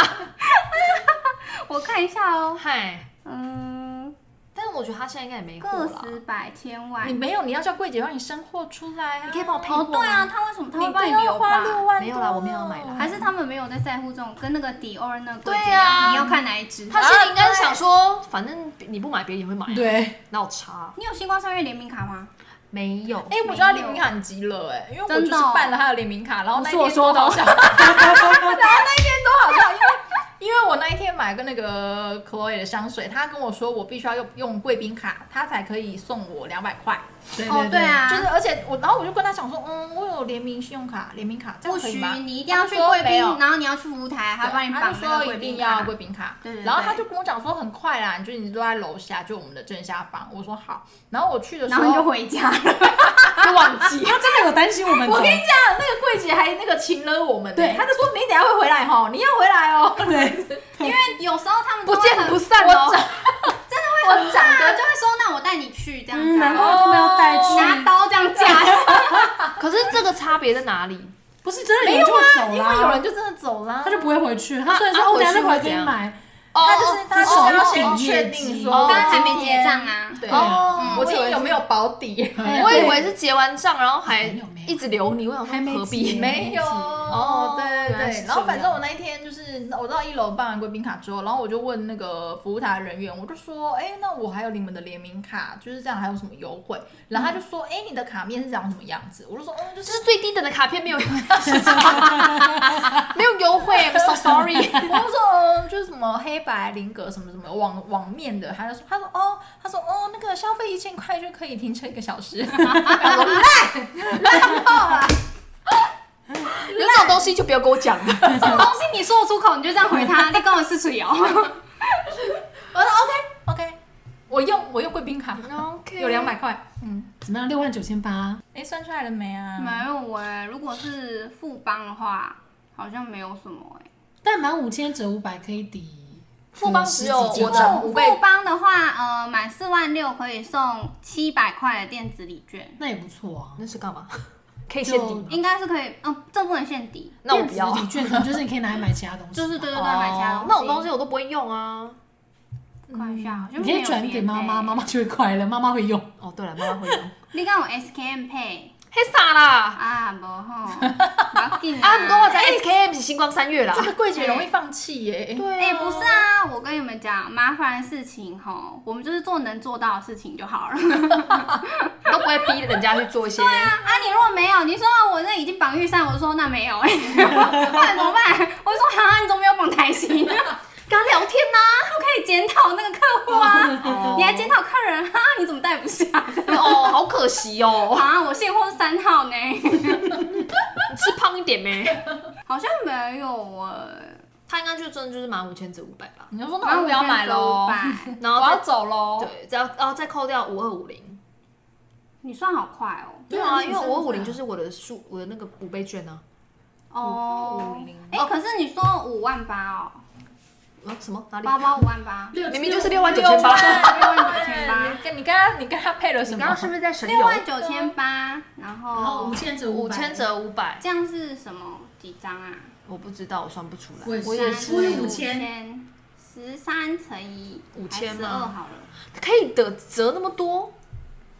S3: 我看一下哦，
S1: 嗨，
S3: 嗯，
S1: 但我觉得他现在应该也没货
S3: 个
S1: 了。
S3: 十百千
S4: 你
S3: 万。
S4: 没有，你要叫柜姐帮你生货出来啊，
S1: 你可以帮我配货
S3: 哦，
S1: 吗
S3: 对啊，，他为什么他会
S4: 你
S3: 帮
S4: 不
S3: 你
S4: 要
S3: 留
S4: 花
S3: 吧？
S4: 六万，
S1: 没有啦我没有买啦
S3: 还是他们没有在在乎这种跟那个 Dior 那个柜
S1: 对
S3: 姐一样
S1: 啊
S3: 你要看哪一支？
S1: 他心里应该是想说，反正你不买，别人也会买、啊。，
S5: 对，
S1: 那我差
S3: 你有星光三月联名卡吗？
S1: 没有？
S4: 哎、我觉得他联名卡很急了哎、因为我
S3: 真
S4: 就
S3: 的
S4: 是
S3: 哦
S4: 办了他的联名卡，然后那
S5: 不
S4: 一
S5: 是我说
S4: 天多
S5: 的
S4: 好
S5: 哦
S4: 笑，然 后那一天多好笑，因为因为我那一天买个那个 Chloe 的香水，他跟我说我必须要用用贵宾卡，他才可以送我两百块，
S5: 对
S3: 哦，对，啊，
S4: 就是而且我，然后我就跟他讲说，嗯，我有联名信用卡，联名卡这
S3: 不
S4: 样可以
S3: 许
S4: 吗？
S3: 你一定要去
S4: 他说
S3: 贵
S4: 没
S3: 宾
S4: 有，
S3: 然后你要去服务台，还要帮你
S4: 他
S3: 绑
S4: 就
S3: 那个
S4: 说
S3: 贵
S4: 一定
S3: 宾
S4: 要
S3: 卡
S4: 贵。宾卡，
S3: 对对对
S4: 然后他就跟我讲说很快啦，就是你都在楼下，就我们的正下方。我说好，然后我去的时
S3: 然
S4: 候，
S3: 后你就回家了，
S5: 就忘记，他真的有担心我们走，
S4: 我跟你讲，那个柜姐还那个擒了我们呢、
S5: 对
S4: 她就说你等一下会回来哦，你要回来哦。
S5: 对，
S3: 因为有时候他们
S1: 不
S3: 都会
S1: 见
S3: 很
S1: 不散
S4: 我
S1: 哦。
S4: 长，真的会，我长
S3: 他
S4: 得
S3: 就会说那我带你去这样
S5: 嗯，
S3: 子
S5: 难
S3: 啊，
S5: 怪他们要带
S3: 拿
S5: 去，
S3: 刀这样架。
S1: 可是这个差别在哪里？
S5: 不是真的
S4: 没
S5: 有人
S4: 有
S5: 就会
S4: 啊，
S5: 走
S4: 因为有
S5: 啦，
S4: 人就真的走啦，
S5: 他就不会回去，他虽然说
S1: 啊
S5: 哦，我等下再回来
S1: 回
S5: 给
S1: 去会怎
S5: 你
S1: 样
S5: 买，
S4: 他就是他
S5: 哦
S4: 就是要
S5: 哦
S4: 先
S5: 哦
S4: 确定
S1: 哦
S4: 说，
S3: 刚刚还没结账 啊，
S4: 对，嗯
S1: 哦，
S4: 我今天有没有保底？
S5: 哎
S1: 我以
S5: 对
S1: 为是结完账，然后还
S5: 没有没有
S1: 一直留你，我想
S5: 还没
S1: 说何
S5: 结
S1: 必？
S4: 没有
S1: 哦
S4: 对对
S1: 原来是
S4: 对。然后
S1: 这
S4: 反正
S1: 样
S4: 我那一天就是我到一楼办完贵宾卡之后，然后我就问那个服务台的人员，我就说，哎，那我还有你们的联名卡，就是这样还有什么优惠？然后他就说，哎，你的卡面是长什么样子？我就说，嗯，就
S1: 这
S4: 是
S1: 是最低等的卡片，没有 没有优惠，I'm so sorry。
S4: 我就说，嗯，就是什么黑白菱格什么什么网网面的，他就说，他说哦，他说哦，那个消费一千块就可以停车一个小时， 我烂烂爆了，
S1: 有这种东西就不要跟我讲了。
S3: 这种东西你说得出口，你就这样回他，你跟我哦是水友。
S4: 我说 OK OK，我用我用贵宾卡，
S1: OK，
S4: 有两百块，嗯，
S5: 怎么样？六万九千八，
S4: 哎，算出来了没 啊？
S3: 没有哎，如果是富邦的话，好像没有什么哎。
S5: 但满五千折五百可以抵
S1: 富邦
S5: 可能十
S1: 只有
S5: 几件
S1: 我的五
S3: 富
S1: 倍
S3: 富邦的话，呃，满四万六可以送七百块的电子礼券，
S5: 那也不错啊。
S1: 那是干嘛？可以限定吗？
S3: 应该是可以。嗯，这不能限底，
S1: 那我不要
S5: 电。子礼券可能就是你可以拿来买其他东西，
S3: 就是对对对，买其他
S1: 哦
S3: 东西。
S1: 那种东西我都不会用啊。
S3: 看一下，好像
S5: 你
S3: 没
S5: 可
S3: 有
S5: 以转给
S3: 别的
S5: 妈妈，
S3: 欸
S5: 妈妈就会快乐，妈妈会用。
S1: 哦，对了，妈妈会用。
S3: 你讲有 SKM Pay
S1: 嘿傻啦！
S3: 啊，无吼，不要 紧
S1: 啊，不过我在 SKM 是星光三月啦
S4: 这。个柜姐容易放弃耶、
S1: 对
S3: 哎、
S1: 啊，
S3: 不是啊，我跟你们讲，麻烦的事情吼，我们就是做能做到的事情就好了。
S1: 都不会逼人家去做一些。
S3: 啊，你如果没有，你说、啊、我这已经绑预算，我说那没有、 欸，不然怎么办？我说啊，你怎么没有绑台型？
S1: 跟他聊天呐。
S3: 不可以检讨那个客户啊，你还检讨客人哈、你怎么带不下？
S1: 哦，好可惜哦，
S3: 啊，我现货是三号呢，
S1: 你吃胖一点呗。
S3: 好像没有啊，
S1: 他应该就真的就是满五千至五百吧。
S4: 你就说那我不要买喽，
S3: 5500
S1: 然
S4: 我
S1: 后
S4: 要
S1: 再
S4: 走喽。
S1: 对，只要然后再扣掉五二五零。
S3: 你算好快哦。
S1: 对啊，因为五二五
S5: 对
S1: 零
S5: 啊
S1: 就是我的数，我的那个五倍券啊。
S3: 哦
S4: 5500，
S3: 哎、可是你说五万八哦，
S1: 啊什么哪里？
S3: 包包五万八，
S5: 六
S1: 明明就是六万九千八。
S3: 六万九千八
S4: 你。跟你跟他你跟他配了什么？
S1: 不是在神
S3: 六万九千八，然
S5: 然后
S3: 后
S5: 五千折
S1: 五千，折五百？
S3: 这样是什么几张啊？
S1: 我不知道，我算不出来。
S5: 我也
S3: 我
S5: 是除以五千，
S3: 千，十三乘以
S1: 五千
S3: 十
S1: 吗
S3: 二好了，
S1: 可以的折那么多？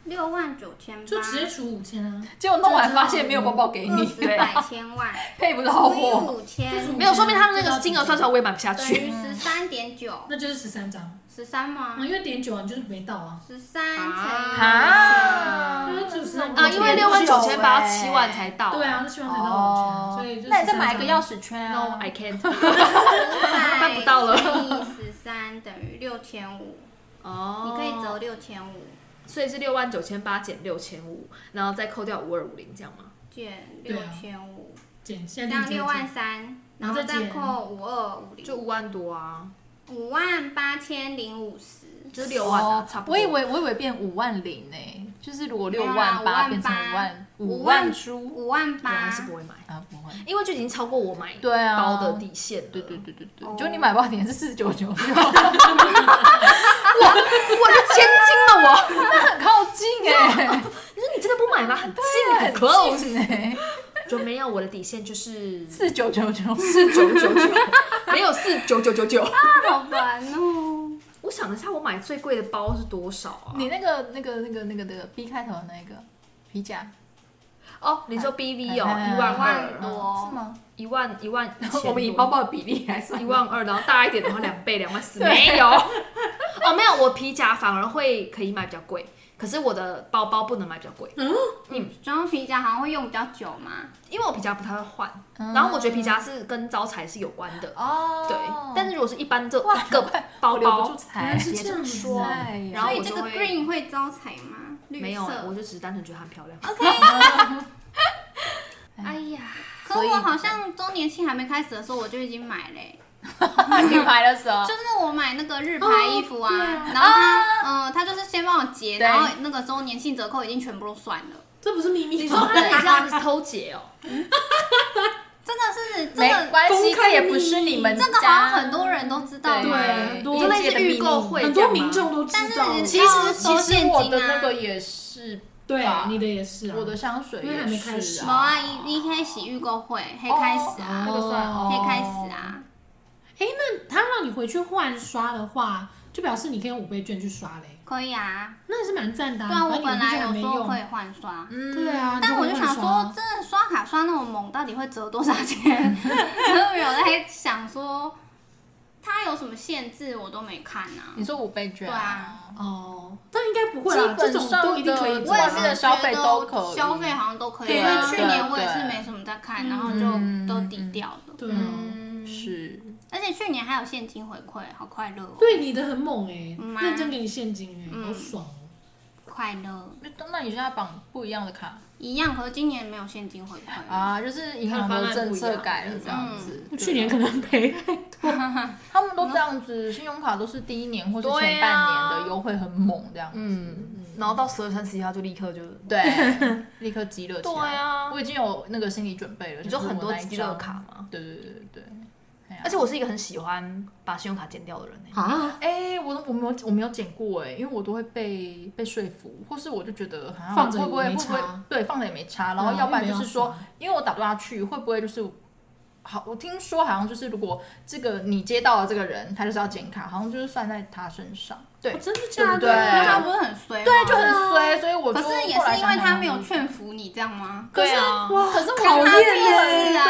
S3: 六万九千八
S2: 就，直接除五千啊，
S4: 结果弄完发现没有包包给
S3: 二
S4: 你，
S3: 十百千万
S4: 配不到
S3: 除以
S4: 货。
S3: 五千，
S1: 没有说明他们那个金额算出来我也买不下
S3: 等
S1: 去。
S3: 于十三点九，
S2: 那就是十三张。
S3: 十三吗
S2: 啊，？因为点九啊，你就是没到啊，
S3: 十三乘
S4: 啊
S3: 以五千
S2: 就是十三
S1: 啊，因为六万九千八七万才到。
S2: 对啊，那希望才到五千啊，所以就是
S4: 那你再买一个钥
S2: 匙，
S4: 匙圈
S1: ，No
S4: 啊
S1: I can't。
S3: 办
S1: 不到了
S3: 十三等于六千五，
S1: 哦
S3: 你可以折，六千五
S1: 所以是六万九千八减六千五，然后再扣掉五二五零，这样吗？
S3: 减
S2: 对
S3: 六
S2: 啊
S3: 千五，
S2: 减
S3: 这
S2: 现在
S3: 样
S2: 定
S3: 六
S2: 金
S3: 万，三，然
S2: 然后
S3: 后再
S2: 再
S3: 扣五二五
S1: 就
S3: 零，
S1: 五万多啊，
S3: 五万八千零五十。
S1: 就是六万啊，差不多。
S4: 哦我以为我以为变五万零呢，就是如果六
S3: 没有啦
S4: 八
S1: 啊
S3: 5万
S4: 变成
S3: 八5
S4: 五万五
S3: 万
S4: 万出
S3: 五万
S1: 果
S3: 八
S1: 然，是不会买，
S4: 啊，不会。
S1: 因为就已经超过我买
S4: 对啊，
S1: 包的底线了。
S4: 对对对对
S3: 哦
S4: 对，就你买包点是四九九九，
S1: 哦我的千金了我。
S4: 很靠近哎，
S1: 你说你真的不买吗？很近，欸很 close。
S4: 啊 close 哎，
S1: 就没有我的底线就是
S4: 四九九九，
S1: 四九九九，没有四九九九九。
S3: 好烦哦！
S1: 我想了一下，我买最贵的包是多少啊？
S4: 你那个那个那个那个那个 B 开头的那个皮夹，
S1: 哦，你说 BV 哦，
S4: 哎
S1: 一万
S3: 万
S1: 二，
S3: 多
S4: 是吗？
S1: 一万一 万一哦千多，
S4: 我们以包包的比例来算，
S1: 一万二，然后大一点的话两倍两万 四，没有。 哦，没有，我皮夹反而会可以买比较贵，可是我的包包不能买比较贵，
S3: 然后皮夹好像会用比较久嘛，
S1: 因为我皮夹不太会换。
S4: 嗯
S1: 然后我觉得皮夹是跟招财是有关的，
S4: 哦，
S1: 对。但是如果是一般这
S4: 哇
S1: 一个包
S4: 我留不
S1: 包
S4: 住，财，
S2: 是这样子
S1: 说
S2: 啊，
S1: 然后
S3: 所以
S1: 我
S3: 这
S1: 就
S3: 个
S1: 会
S3: green 会招财吗？
S1: 没
S3: 绿
S1: 有，我
S3: 色。
S1: 就只是单纯觉得它很漂亮。
S3: 哎呀，可
S4: 所以
S3: 我好像周年庆还没开始的时候我就已经买嘞、
S4: 你买了什么
S3: 就？是我买那个日牌衣服啊，
S2: 哦对啊
S3: 然后他，嗯、他就是先帮我结，
S4: 对
S3: 然后那个周年庆折扣已经全部都算了。
S2: 这不是秘密
S1: 你
S2: 吗，
S1: 说他 那里这样是偷劫哦？
S3: 这个是这
S4: 没
S3: 个
S4: 关
S2: 公
S4: 系，
S2: 开
S4: 这也
S2: 秘
S4: 不是
S2: 密
S4: 你们
S3: 这个好像很多人都知道
S4: 对
S3: 嘛，
S2: 对，
S1: 你就
S2: 多
S1: 类似预购会
S2: 很
S1: 这样
S2: 多
S1: 吗
S2: 民众都知
S3: 但是
S2: 道哦
S3: 你，
S4: 其
S3: 知道
S4: 实
S3: 收
S4: 其实
S3: 现
S4: 我
S3: 金
S4: 的
S3: 啊
S4: 那个也是，
S2: 对
S4: 吧
S2: 你的也是啊，
S4: 我的香水
S2: 因为还没开
S4: 也
S2: 始
S4: 是
S3: 某
S2: 嘛
S3: 啊，一一开始预购会，黑开始啊，黑
S4: 那个算哦
S3: 开始。啊，
S2: 他让你回去换刷的话，就表示你可以用五倍券去刷嘞，
S3: 可以啊。
S2: 那也是蛮赞的
S3: 对
S2: 啊。
S3: 啊，我
S2: 反正你五倍
S3: 本
S2: 券
S3: 来
S2: 还
S3: 有
S2: 没
S3: 说可
S2: 用，
S3: 以换刷，
S2: 对啊，
S3: 嗯但我就
S2: 你就
S3: 想
S2: 换刷
S3: 说，，真的刷卡刷那么猛，到底会折多少钱？ 然后有在想说，它有什么限制，我都没看啊。
S4: 你说五倍券？
S3: 对啊，
S2: 哦，但应该不会啦，
S4: 基
S2: 这
S4: 本
S2: 种
S4: 上
S2: 都一定可以
S4: 我
S2: 做
S4: 也
S2: 啊。
S4: 是的消费都
S3: 觉得
S4: 可以
S3: 消费好像都可以。
S4: 对
S3: 因
S4: 啊
S3: 为去年我也是
S4: 对
S3: 没什么在看，然后就
S4: 嗯
S3: 都抵掉了。
S2: 对啊，
S4: 是
S3: 而且去年还有现金回馈，好快乐哦！
S2: 对你的很猛哎
S3: 嗯啊，
S2: 认真给你现金哎，
S3: 嗯
S2: 好爽哦。
S3: 快乐
S4: 那那你现在绑不一样的卡
S3: 一样，可是今年没有现金回馈。
S4: 啊，就是银行的政策改了这样子。
S2: 嗯
S4: 对啊
S2: 去年可能赔，
S4: 他们都这样子，信用卡都是第一年或是前半年的优惠很猛这样
S1: 嗯
S4: 子。
S1: 然后到十二三十一号就立刻就，
S4: 对，立刻积乐起来。
S1: 对啊
S4: 我已经有那个心理准备了，
S1: 你就很多
S4: 就是我那一
S1: 积
S4: 张
S1: 乐卡嘛。
S4: 对对对对对。
S1: 而且我是一个很喜欢把信用卡剪掉的人欸
S2: 啊，
S4: 哎、我都我没有我没有剪过哎、因为我都会被被说服，或是我就觉得好像
S2: 放着
S4: 会不
S2: 也
S4: 会
S2: 没
S4: 会不会
S2: 差
S4: 对放着也没差，
S2: 嗯
S4: 然后要不然
S2: 因为
S4: 就
S2: 没
S4: 是
S2: 有
S4: 说
S2: 差，
S4: 因为我打不下去，会不会就是好？我听说好像就是如果这个你接到了这个人，他就是要剪卡，好像就是算在他身上，对，
S2: 真的假
S3: 那
S4: 对不对
S2: 的？
S3: 他不是很衰吗？
S2: 啊
S4: 对，就很衰，所以我
S3: 可
S4: 就是
S3: 也
S4: 后来
S3: 是因
S4: 想
S3: 为他
S4: 想
S3: 没有劝服你，这样吗？
S4: 对啊，
S2: 哇，
S4: 可是我
S3: 看他
S4: 讨
S3: 屁事啊
S4: 厌对啊，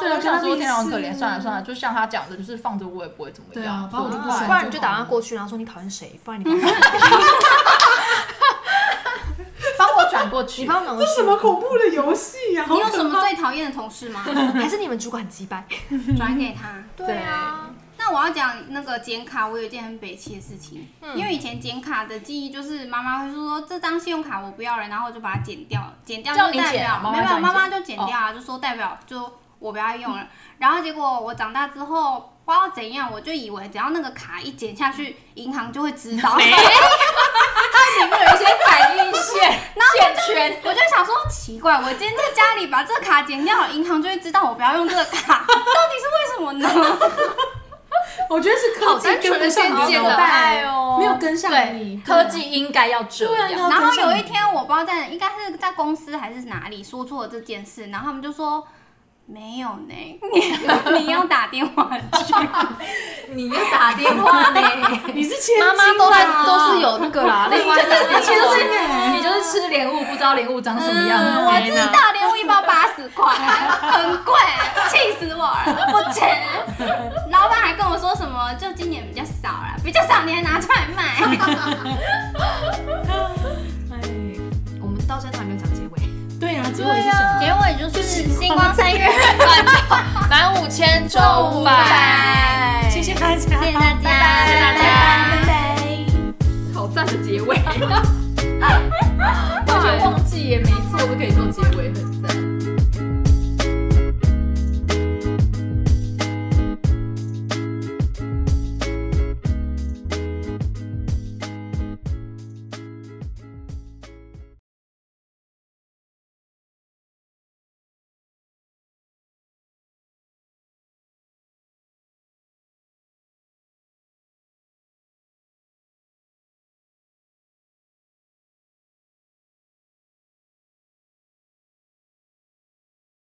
S2: 对啊
S4: 我想
S2: 跟他
S4: 说
S2: 屁
S4: 天啊，好可
S2: 事
S4: 怜，算了算了，就像他讲的，就是放着我也不会怎么
S2: 对
S4: 样，
S2: 啊，反正我就不
S1: 哦不
S2: 爽。
S1: 然你就打电话过去，然后说你讨厌谁，不然你帮我
S4: 帮我转过去，
S1: 你帮我
S2: 这
S1: 们
S2: 是什么恐怖的游戏啊呀？好
S3: 你有什
S2: 可
S3: 么
S2: 怕
S3: 最讨厌的同事吗？
S1: 还是你们主管击败？
S3: 转给他。
S4: 对啊，
S3: 那我要讲那个剪卡，我有一件很北气的事情，
S4: 嗯
S3: 因为以前剪卡的记忆就是妈妈会说这张信用卡我不要了，然后我就把它剪掉，剪掉
S4: 叫
S3: 就
S4: 你
S3: 代
S4: 剪
S3: 表
S4: 啊妈妈
S3: 没有
S4: 叫你
S3: 妈妈
S4: 剪哦
S3: 就剪掉啊，就说代表就我不要用了。然后结果我长大之后不知道怎样，我就以为只要那个卡一剪下去，银行就会知道。
S4: 有一些反应线线圈。
S3: 我就想说奇怪，我今天在家里把这个卡剪掉了，银行就会知道我不要用这个卡，到底是为什么呢？
S2: 我觉得是科技跟不上你
S1: 好单纯的见解
S2: 怎
S1: 了
S2: 么
S4: 爱
S2: 办？
S4: 哦
S2: 没有跟上
S4: 对
S2: 你，
S4: 科技应该要这
S2: 对啊
S4: 样。
S3: 然后有一天，我不知道在应该是在公司还是哪里说错了这件事，然后他们就说没有呢， 你你要打电话 去，
S5: 你又打电话 呢？
S2: 你是千金
S1: 妈妈都
S2: 啊
S1: 在都是有那个 啦，另外的
S5: 你
S2: 欸
S5: 就是你就是吃莲雾，不知道莲雾长什么
S2: 嗯
S5: 样。
S3: 我知道连我一包八十块，很贵，气死我了，不值。老板还跟我说什么，就今年比较少了，比较少你还拿出来 卖。
S2: 哎，
S1: 我们到现在还没有讲结尾，
S2: 对啊，结果是什么？
S3: 结尾就是星光三月
S1: 满五千
S3: 五
S1: 五百。
S3: 百，
S2: 谢谢大家，
S3: 谢谢大家，
S2: 拜拜